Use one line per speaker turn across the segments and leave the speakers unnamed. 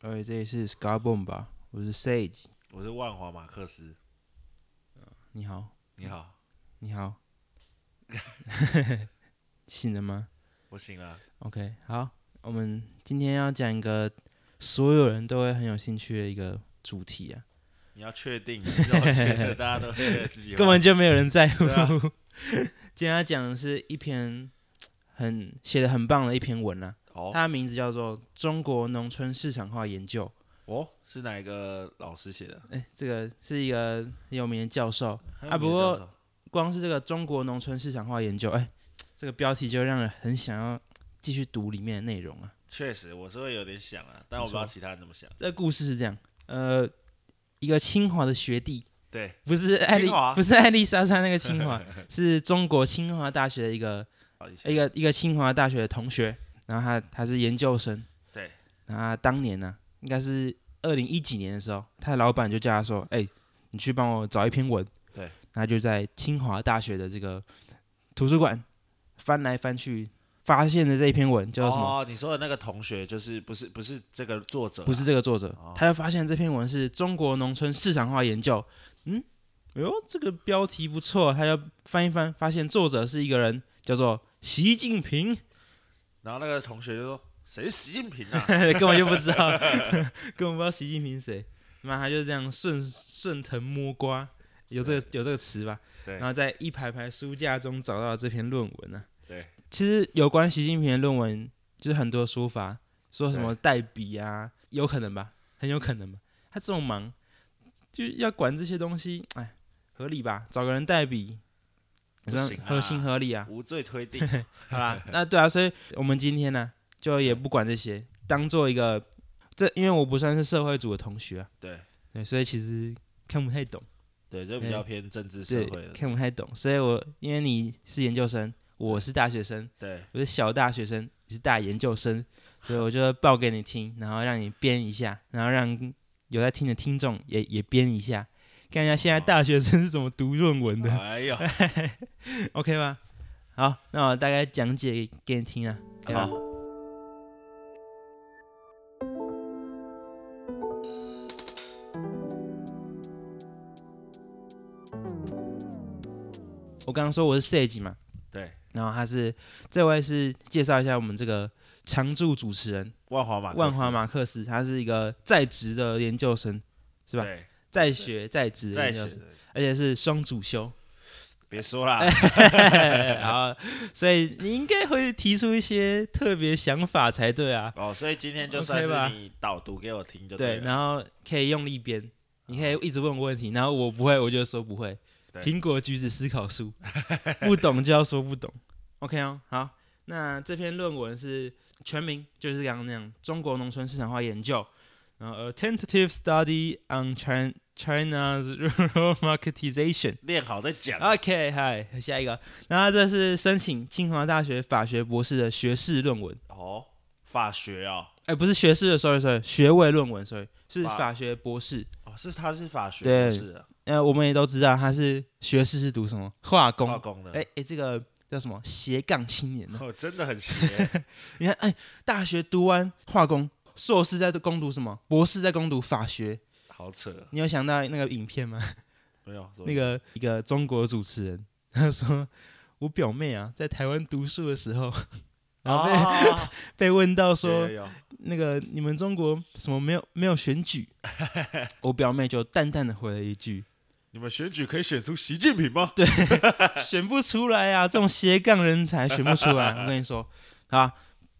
哎，这里是 Scarbon 吧，我是 Sage，
我是万华马克思，
你好，
你好，
你好， 醒了吗
我醒了。
？OK，好，我们今天要讲一个所有人都会很有兴趣的一个主题啊，
你要确定，你知道我觉 得大家都会很喜欢
根本就没有人在乎。
啊对啊
今天要讲的是一篇很写的很棒的一篇文啊，
哦
它的名字叫做《中国农村市场化研究》。
哦，是哪一个老师写的？
哎，这个是一个很有名的教授，
还有
啊
你的
不过
教授
光是这个中国农村市场化研究，哎，这个标题就让人很想要继续读里面的内容啊。
确实我是会有点想啊，但我不知道其他人怎么想。
这个故事是这样，呃，一个清华的学弟，
对，
不是艾丽
清华，
不是艾丽莎莎那个清 华，是中国清华大学的一个
好以前
一个一个清华大学的同学，然后他他是研究生，
对，
然后他当年呢、应该是二零一几年的时候，他的老板就叫他说，哎，你去帮我找一篇文，
对，
他就在清华大学的这个图书馆翻来翻去，发现了这一篇文，叫做什么？
哦，你说的那个同学就是不是不是这个作者啊、
不是这个作者，他就发现这篇文是中国农村市场化研究。嗯，哎呦，这个标题不错，他就翻一翻，发现作者是一个人，叫做习近平，
然后那个同学就说谁是习近平啊？
根本就不知道， 根本不知道习近平是谁。那他就这样顺顺藤摸瓜，有这个有这个词吧？
对
然后在一排排书架中找到这篇论文呢、
对，
其实有关习近平的论文，就是很多说法，说什么代笔啊，有可能吧，很有可能吧。他这么忙，就要管这些东西，哎，合理吧？找个人代笔，
不行啊
合情合理啊，
无罪推 定。
好吧？那对啊，所以我们今天呢、就也不管这些，当做一个这，因为我不算是社会组的同学啊，
对
对，所以其实看不太懂，
对，就比较偏政治社
对
会，的。
看不太懂，所以我因为你是研究生，我是大学生。
对，
我是小大学生，你是大研究生，所以我就报给你听，然后让你编一下，然后让有在听的听众也也编一下，看一下
哦
现在大学生是怎么读论文的、
哎呦，
o k 吗？好，那我大概讲解给你听啊，OK 吧
好？
我刚刚说我是 Sage 嘛，
对，
然后他是这位是介绍一下我们这个常驻主持人
万华马克思
万华马克思，他是一个在职的研究生，是吧？
对，
在学在职的
在
研究
写
生，
的
而且是双主修。
别说啦，
然后，所以你应该会提出一些特别想法才对啊。
哦，所以今天就算
OK 吧
是你导读给我听就
对，
了。
然后可以用力编，你可以一直问我问题，然后我不会我就说不会。
对
苹果、橘子、思考 树，不懂就要说不懂。OK 哦，好，那这篇论文是全名就是刚刚那样，《中国农村市场化研究》，然后 A tentative study on China China's rural marketization。
练好再讲。
OK，嗨，下一个，那这是申请清华大学法学博士的学士论文，
哦，法学哦，
哎，不是学士的，sorry sorry，学位论文，sorry，是
法
法学博士。
哦，是他是法学
对
博士啊，
呃，我们也都知道他是学士是读什么化工，
化工的。
哎哎，这个叫什么斜杠青年呢？
哦，真的 很邪。
你看，哎，大学读完化工，硕士在攻读什么，博士在攻读法学。
好扯，
你有想到那个影片吗？
没有
那个一个中国主持人，他说我表妹啊，在台湾读书的时候，然后被、
啊，
被问到 说。
有有有
那个你们中国什么没有没有选 举？我表妹就淡淡的回了一句
你们选举可以选出习近平吗？：“
选不出来啊，这种斜杠人才选不出来。” 我跟你说，啊，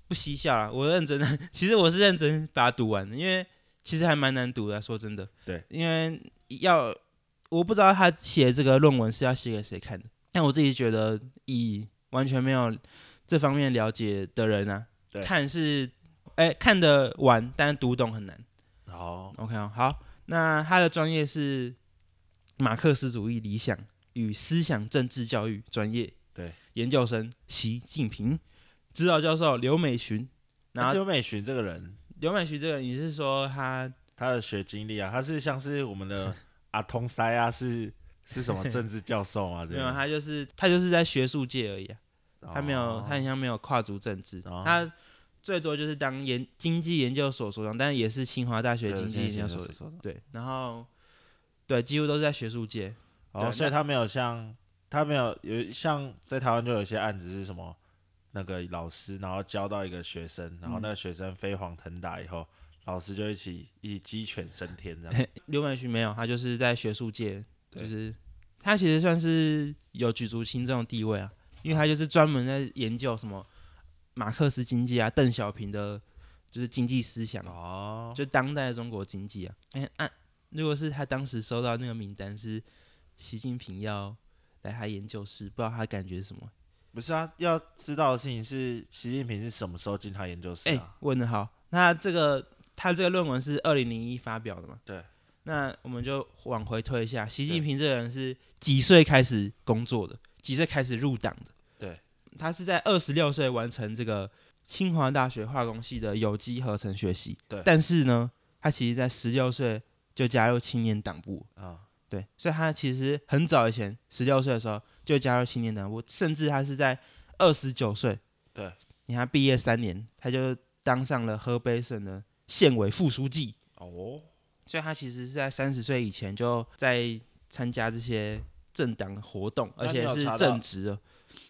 不嬉笑了，我认真的， 其实我是认真把它读完的，因为其实还蛮难读的，说真的。
对，
因为要我不知道他写这个论文是要写给谁看的，但我自己觉得，以完全没有这方面了解的人啊
对，
看是哎、看得完，但是读懂很难。
好，
OK 哦，好，那他的专业是马克思主义理想与思想政治教育专业，
对，
研究生习近平，指导教授刘美群。然
那
后
刘美群这个人，
刘美群这个，你是说他
他的学经历啊，他是像是我们 的阿通塞啊，是是什么政治教授吗？这
没有？
样，
他就是他就是在学术界而已、啊，
哦
他没有，他好像没有跨足政治。
哦
他最多就是当研经济研究所所长，但也是清华大学
对
经济研究所
所所
对，然后对，几乎都是在学术界，
哦，
对
所以
那
他没有像他没有有像在台湾就有一些案子是什么，那个老师然后教到一个学生，然后
嗯
那个学生飞黄腾达以后，老师就一起一起鸡犬升天这样。
刘美群没有，他就是在学术界，
对
就是他其实算是有举足轻重的地位啊，因为他就是专门在研究什么马克思经济啊、邓小平的，就是经济思想，
哦，
就当代的中国经济啊。哎、啊，如果是他当时收到那个名单是习近平要来他研究室，不知道他感觉是什么。
不是啊，要知道的事情是习近平是什么时候进他研究室
哎、
啊？
问的好。那这个他这个论文是二零零一发表的嘛？
对。
那我们就往回推一下，习
对
近平这个人是几岁开始工作的？几岁开始入党的？
对，
他是在二十六岁完成这个清华大学化工系的有机合成学习。
对
但是呢，他其实在十六岁就加入青年党部。
啊、
对，所以他其实很早以前，十六岁的时候就加入青年党部，甚至他是在二十九岁，
对，
你看他毕业三年，他就当上了河北省的县委副书记，
哦，
所以他其实是在三十岁以前就在参加这些政党活动，
那
而
你
且
有
是
查到
正职的，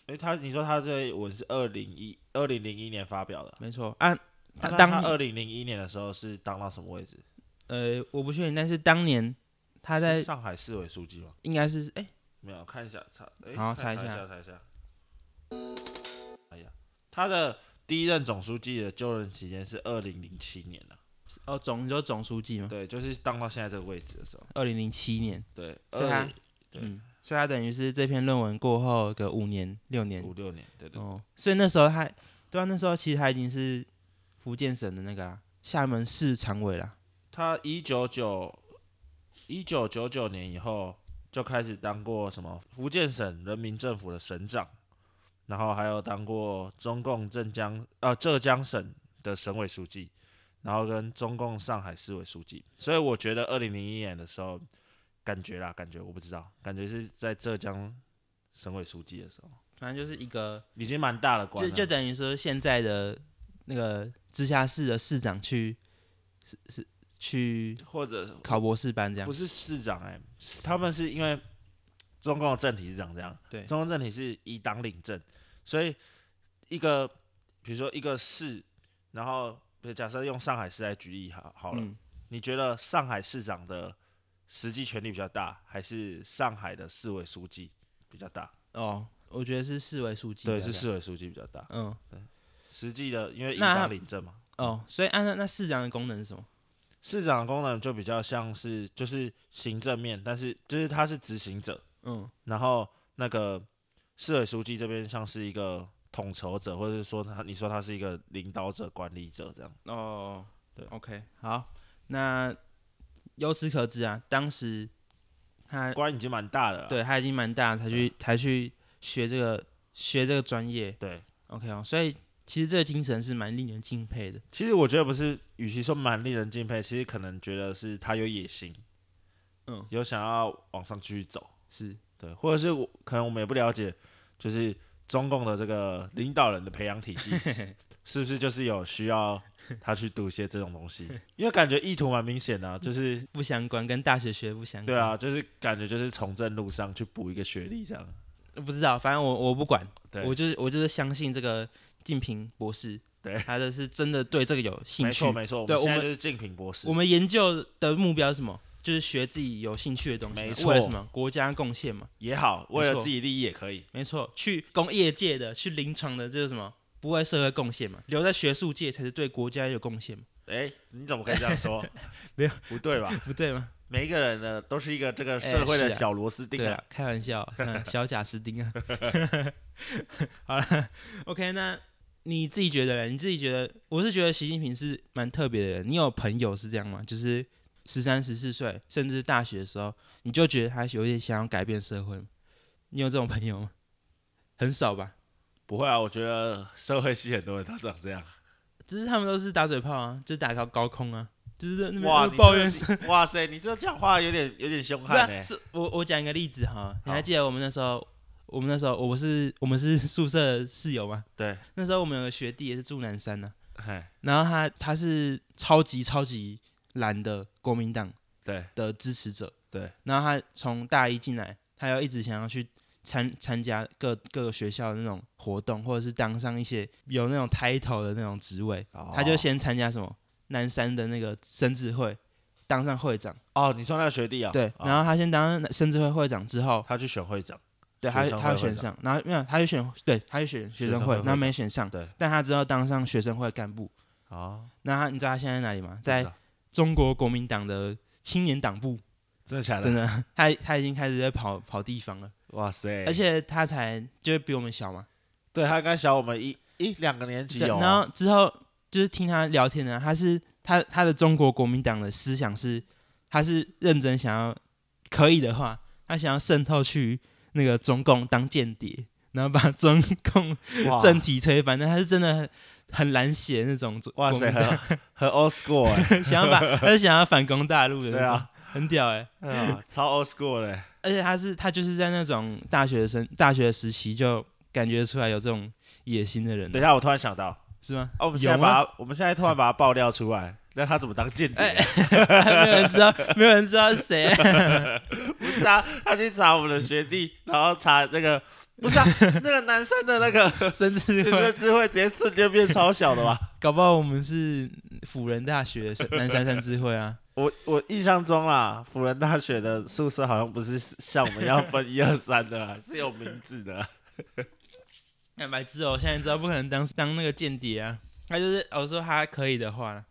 哎、他你说他这文是二零一二零零一年发表的啊，
没错啊。
那
他当
他二零零一年的时候是当到什么位置？
呃，我不确定，但是当年他在
是上海市委书记吗？
应该是哎、
没有，看一下，查，哎，
好
看
查
查
一
一
下
下，查一下。哎呀，他的第一任总书记的就任期间是二零零七年了、
哦总你说总书记嘛，
对，就是当到现在这个位置的时候，
二零零七年，
对，
所以他
二对
嗯，所以他等于是这篇论文过后个五年六年
五六年，对对
哦，所以那时候他，对啊，那时候其实他已经是福建省的那个、啊、厦门市常委啦。
他一九九一九九九年以后就开始当过什么福建省人民政府的省长，然后还有当过中共镇江呃浙江省的省委书记，然后跟中共上海市委书记。所以我觉得二零零一年的时候，感觉啦，感觉我不知道，感觉是在浙江省委书记的时候，
反正就是一个，啊
已经蛮大的官
就
了。
就等于说现在的那个直辖市的市长去，是是去
或者
考博士班这样
不。是市长哎、他们是因为中共的政体是长这样，
对
中共政体是以党领政，所以一个比如说一个市，然后比如假设用上海市来举例好好了，
嗯，
你觉得上海市长的实际权力比较大，还是上海的市委书记比较大？
哦，我觉得是市委书记吧。
对，
这
是
样。
市委书记比较大，
嗯，
实际的因为以
那
党领政嘛，
哦，所以按、照那市长的功能是什么？
市长的功能就比较像是就是行政面，但是就是他是执行者，
嗯，
然后那个市委书记这边像是一个统筹者，或者是说他你说他是一个领导者、管理者这样。
哦，
对
，OK，好，那由此可知啊，当时他
官已经蛮大的了，
对他已经蛮大了，才去才去学这个学这个专业。
对。
OK 哦，所以其实这个精神是蛮令人敬佩的。
其实我觉得不是，与其说蛮令人敬佩，其实可能觉得是他有野心，
嗯，
有想要往上继续走，
是
对，或者是我可能我们也不了解，就是中共的这个领导人的培养体 系是不是就是有需要他去读一些这种东西，因为感觉意图蛮明显的啊、就是
不相关，跟大学学不相关。
对，啊，就是感觉就是从正路上去补一个学历这样。
呃不知道，反正我我不管，
对，
我就是我就是相信这个静平博士，
对
他的是真的对这个有兴
没
趣
错。没错，我
对
们现
我
在
们
就是竞品博士
我。们研究的目标是什么？就是学自己有兴趣的东西嘛，
没错
为了什么国家贡献嘛，
也好，
没
为了
错
自己利益也可以。
没错，去工业界的，去临床的，这是什么？不为社会贡献嘛，留在学术界才是对国家有贡献嘛，？
哎，你怎么可以这样说
没有，
不对吧？
不对吗？
每一个人呢，都是一个这个
哎
社会的
是啊
小螺丝钉
对
啊
啊。，开玩 笑，嗯、小贾斯汀啊。 好了，OK，那你自己觉得嘞？你自己觉得，我是觉得习近平是蛮特别的人。你有朋友是这样吗？就是十三、十四岁，甚至大学的时候，你就觉得他有点想要改变社会吗你有这种朋友吗？很少吧，
不会啊，我觉得社会系很多人都长这样。
只是他们都是打嘴炮啊，就打高高空啊，就是在那边
哇，
呃
你
抱怨
这个哇塞，你这讲话有点有点凶
不是
悍
啊、
呢。
是我我讲一个例子哈，你还
欸好
记得我们那时候，我们那时候我不是我们是宿舍室友吗？
对，
那时候我们有个学弟也是住南山呢、
嘿，
然后他他是超级超级蓝的国民党
对
的支持者，
对，
然后他从大一进来，他要一直想要去参参加各各个学校的那种活动，或者是当上一些有那种 title 的那种职位，他就
哦
先参加什么南山的那个生智会，当上会长，
哦，你说那个学弟啊？
对，
哦
然后他先当生智会会长之后，
他去选会长，
对，
学
他
生
他
会
有选
会
上，然后没有，他就选，对，他就选学
学
生
生
会
会，会
然后没
长
选上，
对
但他之后当上学生会干部。
哦，啊
那他你知道他现在在哪里吗？
不知
在
道
中国国民党的青年党部，
真的假的？
真的， 他他已经开始在跑跑地方了，
哇塞！
而且他才就是比我们小嘛，
对他应该小我们一一两个年级
对，
有
然
哦，
后之后就是听他聊天呢、他是他他的中国国民党的思想是，他是认真想要可以的话，他想要渗透去那个中共当间谍，然后把中共
哇
政体推翻，但他是真的很很蓝血那种中，
哇塞，
国民党
很很 old school 哎，
想要把他是想要反攻大陆的
对
那种
啊，，
很屌哎、
对啊超 old school 的，
而且他是他就是在那种大学生大学时期就感觉出来有这种野心的人，
等一下，我突然想到，
是吗？
哦，我们
有
现在
吗
把他，我们现在突然把他爆料出来，那他怎么当间
哎
谍？
没有人知道，没有人知道是谁、 啊
不是啊，他去查我们的学弟，然后查那个，不是啊，那个男生的 那个
甚至
就是智慧直接瞬间变超小的吧？
搞不好我们是辅仁大学的生南山山智慧啊，
我我印象中啦，辅仁大学的宿舍好像不是像我们要分一二三的啊， 是有名字的啊。
哎，白痴哦！我现在知道不可能当当那个间谍啊，他就是我说他可以的话，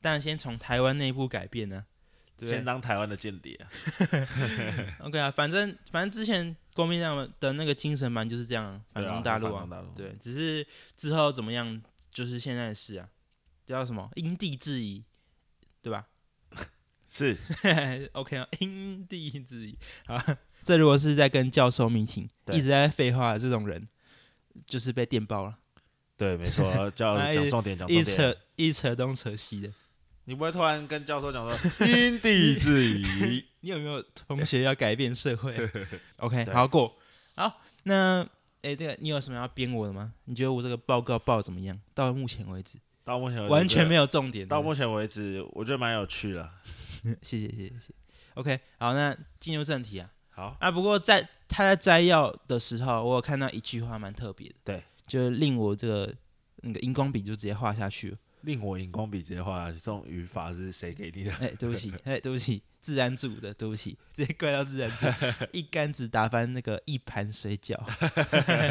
当然先从台湾内部改变呢、啊，对
先
不对
当台湾的间谍啊，
？OK 啊，反正反正之前国民党的那个精神版就是这样啊，反
对啊
攻大陆
反
啊
攻，大陆。
对，只是之后怎么样，就是现在的事啊，叫什么因地制宜，对吧？
是
OK 啊，因地制宜啊。好这如果是在跟教授 meeting，
对
一直在废话的这种人，就是被电爆了，
对，没错，教
哎
讲重点，讲重
一
点
扯。一扯东扯西的。
你不会突然跟教授讲 说因地制宜？
你有没有同学要改变社会 啊？OK，
对
好过。好，那哎，这个你有什么要编我的吗？你觉得我这个报告报得怎么样？到目前为止，
到目前为止
完全没
有。
有重点。
呃到目前为止，我觉得蛮有趣的。
谢谢谢谢谢谢。OK，好，那进入正题啊。
好，
啊，不过在他在摘要的时候，我有看到一句话蛮特别的，
对，
就是令我这个那个荧光笔就直接画下去了。
令我荧光笔直接画下去，这种语法是谁给你的？
哎，对不起，哎，对不起，自然组的，对不起， 直接怪到自然组，一竿子打翻那个一盘水饺。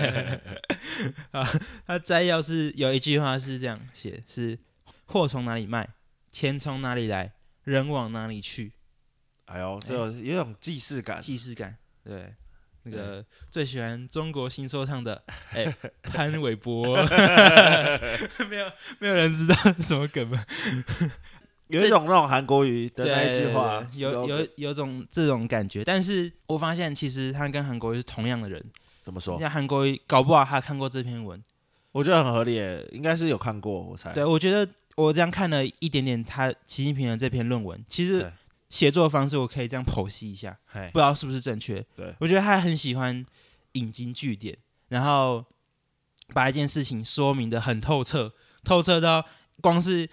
啊，他摘要是有一句话是这样写：是货从哪里卖，钱从哪里来，人往哪里去，
哎呦，这有有一种既视感。
既视感。对，那个最喜欢中国新说唱 的，哎、潘玮柏，没有没有人知道是什么梗吗？
有一种那种韩国语的
对
那一句话，
对对有有有种这种感觉，但是我发现其实他跟韩国瑜是同样的人，
怎么说？
像韩国瑜搞不好他看过这篇文，
我觉得很合理耶，应该是有看过我猜。
对我觉得我这样看了一点点他习近平的这篇论文，其实
对
写作方式我可以这样剖析一下，
嘿，
不知道是不是正确。
对
我觉得他很喜欢引经据典，然后把一件事情说明的很透彻，透彻到光是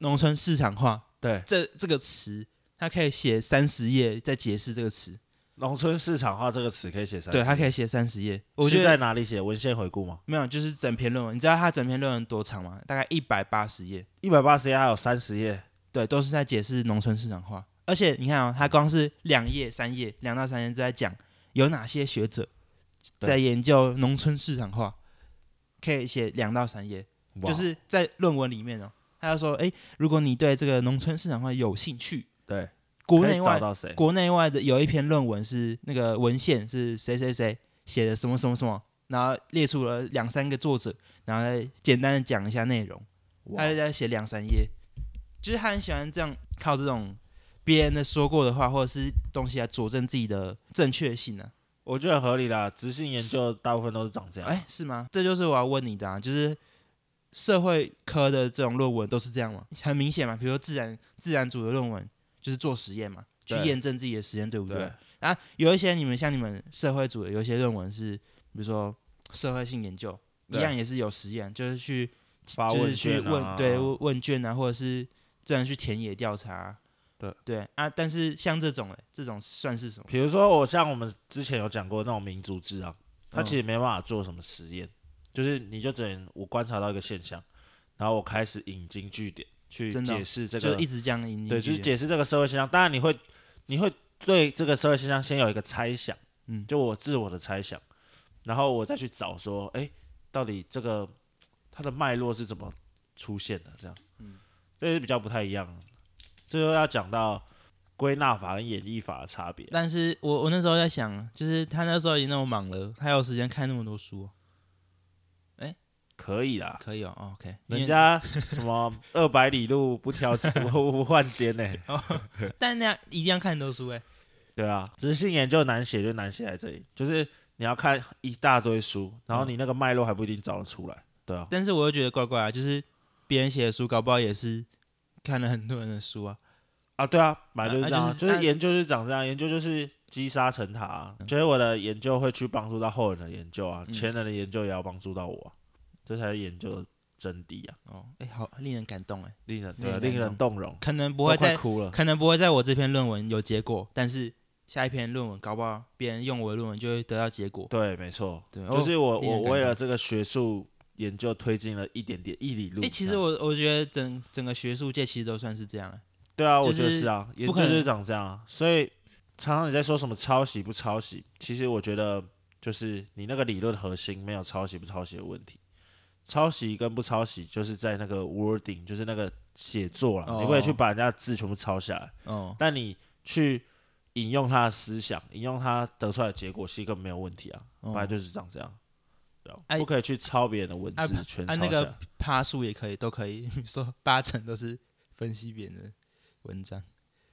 农村市场化
对，
这这个词，他可以写三十页在解释这个词。
农村市场化这个词可以写上。
对，他可
以。
以写三十页。我觉
是在
得
哪里写？文献回顾吗？
没有，就是整篇论文。你知道他整篇论文多长吗？大概一百八十页。
一百八十页还有三十页，
对，都是在解释农村市场化。而且你看哦，他光是两页、三页、两到三页就在讲有哪些学者
对
在研究农村市场化，可以写两到三页，
哇
就是在论文里面哦。他就说，诶，如果你对这个农村市场化有兴趣，
对，
国
可
内
以找
外
到谁？
国内外的有一篇论文是那个文献是谁谁谁写的什么什么什么，然后列出了两三个作者，然后再简单的讲一下内容。
哇
他就在写两三页，就是他很喜欢这样靠这种别人的说过的话或者是东西来佐证自己的正确性啊呢、
我觉得合理啦，直性研究大部分都是长这样。啊
哎、是吗？这就是我要问你的啊，就是社会科的这种论文都是这样吗？很明显嘛，比如说自然自然组的论文就是做实验嘛，去
对
验证自己的实验对不对
对？
啊，有一些你们像你们社会组的，有一些论文是，比如说社会性研究，一
对
样也是有实验，就是去
发
就
问
是去
卷
问、
啊，
对问问卷啊，或者是真的去田野调查啊。
对
对啊，但是像这种、欸，这种算是什么？
比如说我像我们之前有讲过那种民族志啊，它
嗯
其实没办法做什么实验，就是你就只能我观察到一个现象，然后我开始引经据典去
真的哦
解释这
就
个，
一直这样引进去
对，就是解释这个社会现象。当然你会你会对这个社会现象先有一个猜想，
嗯
就我自我的猜想，然后我再去找说，哎、到底这个它的脉络是怎么出现的？这样，
嗯
这是比较不太一样的。这就要讲到归纳法跟演绎法的差别。
但是我我那时候在想，就是他那时候已经那么忙了，他有时间看那么多书哦、
可以啦，
可以哦哦，OK 因为。
人家什么二百里路不挑 不不换肩呢、
但那样一定要看很多书哎、
对啊，只是性研究难写就难写在这里，就是你要看一大堆书，然后你那个脉络还不一定找得出来。对啊，
但是我又觉得怪怪啊，就是别人写的书，搞不好也是看了很多人的书啊。
啊对啊，本来就是这样啊，
啊就是
就是
啊
研究就是长这样，研究就是积沙成塔、啊。觉得我的研究会去帮助到后人的研究啊，
嗯
前人的研究也要帮助到我啊、这才是研究的真谛啊，
哦，哎、好令人感动哎、
令人对啊
令人
令人动容，
可能不
我
会
快
在，
哭了。
可能不会在我这篇论文有结果，但是下一篇论文，搞不好别人用我的论文就会得到结果。
对，没错，
对，
就
哎、
是我
令人
我
感
为了
动
这个学术研究推进了一点点一里路。
诶其实
这样
我我觉得整整个学术界其实都算是这样、欸，
对啊，
就
我觉得
是
是啊，研
不
究
可
就
能
是长这样啊。所以常常你在说什么抄袭不抄袭，其实我觉得就是你那个理论核心没有抄袭不抄袭的问题。抄袭跟不抄袭，就是在那个 wording，就是那个写作啦，你不
哦
能去把人家的字全部抄下来，
哦，
但你去引用他的思想，引用他得出来的结果，是一个没有问题啊。
哦
本来就是长这样，对啊
哎
不可以去抄别人的文
哎
字，全
啊
抄下
那个
来。
趴数也可以，都可以， 说八成都是分析别人的文章，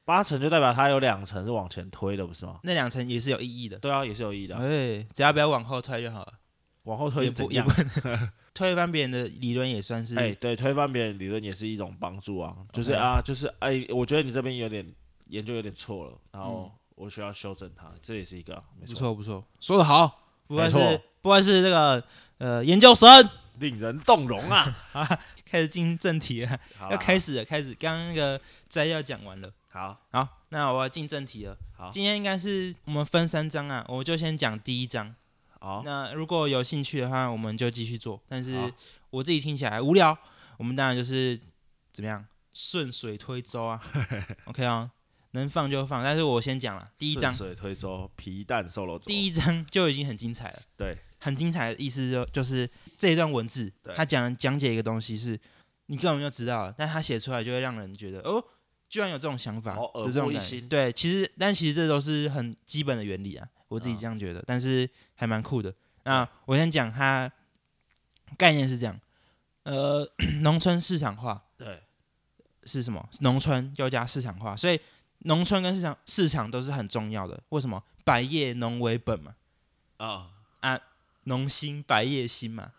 八成就代表他有两成是往前推的，不是吗？
那两成也是有意义的。
对啊，也是有意义的啊
哎、。只要不要往后推就好了，
往后推
也
是怎
不也
样
不？ 推翻别人的理论也算是，
哎、对，推翻别人理论也是一种帮助啊，就是
OK
啊，就是哎、我觉得你这边有点研究有点错了，然后我需要修正它，这也是一个啊没
不
错，
嗯错不错，说的好，不
没
管
错
是不管是这个呃研究生，
令人动容 啊！
开始进正题了，
好啦
要开始了，开始，刚刚那个摘要讲完了。
好
好，那我要进正题了。
好
今天应该是我们分三章啊，我就先讲第一章。
好
那如果有兴趣的话，我们就继续做。但
好
是我自己听起来无聊，我们当然就是怎么样顺水推舟 啊。OK 啊、能放就放。但是我先讲了，第一章，
顺水推舟，皮蛋瘦肉粥，
第
一
一章就已经很精彩了。
对
很精彩的意思就就是这一段文字
对，
他讲讲解一个东西是你根本就知道了，但他写出来就会让人觉得哦，居然有这种想法，
好耳
有这种
目一
感觉
新
对，其实但其实这都是很基本的原理啊，我自己
嗯
这样觉得，但是还蛮酷的。那我先讲它概念是这样，呃，农村市场化，
对
是什么？农村又加市场化，所以农村跟市场市场都是很重要的。为什么？百业农为本嘛，
啊，
农兴百业兴嘛，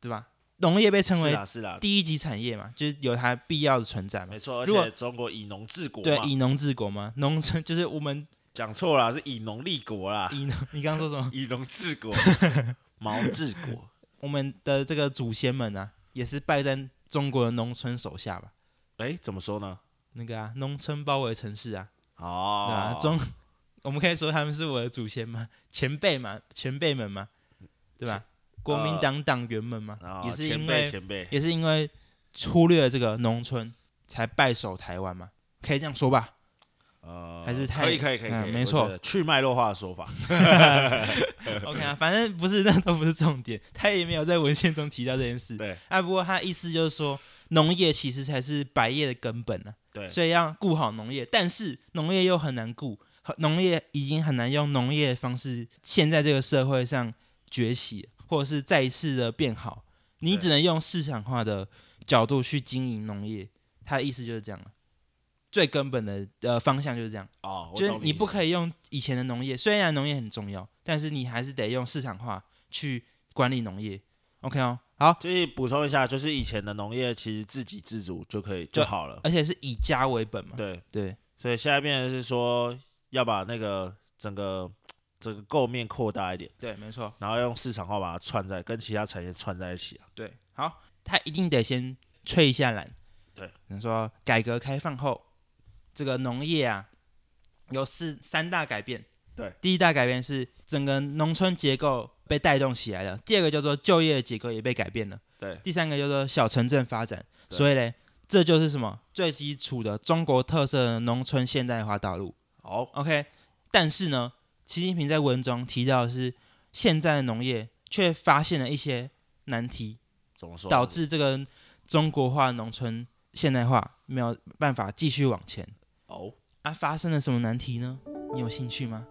对吧？农业被称
是
为
啦是啦，
第一级产业嘛，就是有它必要的存在嘛
没。错，而
如果
且中国以农治国
对，
嘛，
以农治国嘛，农村就是我们
讲错了，是以农立国啦，
以农， 你刚刚说什么？
以农治 国，毛治国，
我们的这个祖先们啊，也是拜在中国的农村手下吧？
哎、怎么说呢？
那个啊，农村包围城市啊，对
哦
啊，，中， 我们可以说他们是我的祖先嘛，前辈嘛，前辈们嘛，对吧？国民党党员们嘛，
啊
也是
前
因
辈
为
前辈，
也是因为忽略了这个农村，才拜守台湾嘛，可以这样说 吧？
呃，
还是太
可以可以可以，
嗯
可以
没
我
错
觉得去脉络化的说法，
OK 啊，反正不是，那都不是重点，他也没有在文献中提到这件事。
对
啊，不过他意思就是说，农业其实才是百业的根本啊，
对，
所以要顾好农业，但是农业又很难顾，很农业已经很难用农业的方式，现在这个社会上崛起，或者是再一次的变好，你
对
只能用市场化的角度去经营农业，他的意思就是这样了。最根本的呃方向就是这样。
哦，
就是你不
以
可以用以前的农业，虽然农业很重要，但是你还是得用市场化去管理农业。OK 哦，好，
就是补充一下，就是以前的农业其实自给自足就可以就
对
好了，
而且是以家为本嘛。
对，
对
所以现在变成是说要把那个整个整个构面扩大一点，
对，没错，
然后用市场化把它串在跟其他产业串在一起啊，
对。好，他一定得先吹一下懒。
对，
你说改革开放后，这个农业啊，有四三大改变。
对，
第一大改变是整个农村结构被带动起来了，第二个叫做就业结构也被改变了，
对
第三个叫做小城镇发展。
对
所以嘞，这就是什么最基础的中国特色的农村现代化道路。
好，
OK，但是呢，习近平在文中提到的是现在的农业却发现了一些难题，
怎么说？啊
导致这个中国化农村现代化没有办法继续往前。
哦，
啊，发生了什么难题呢？你有兴趣吗？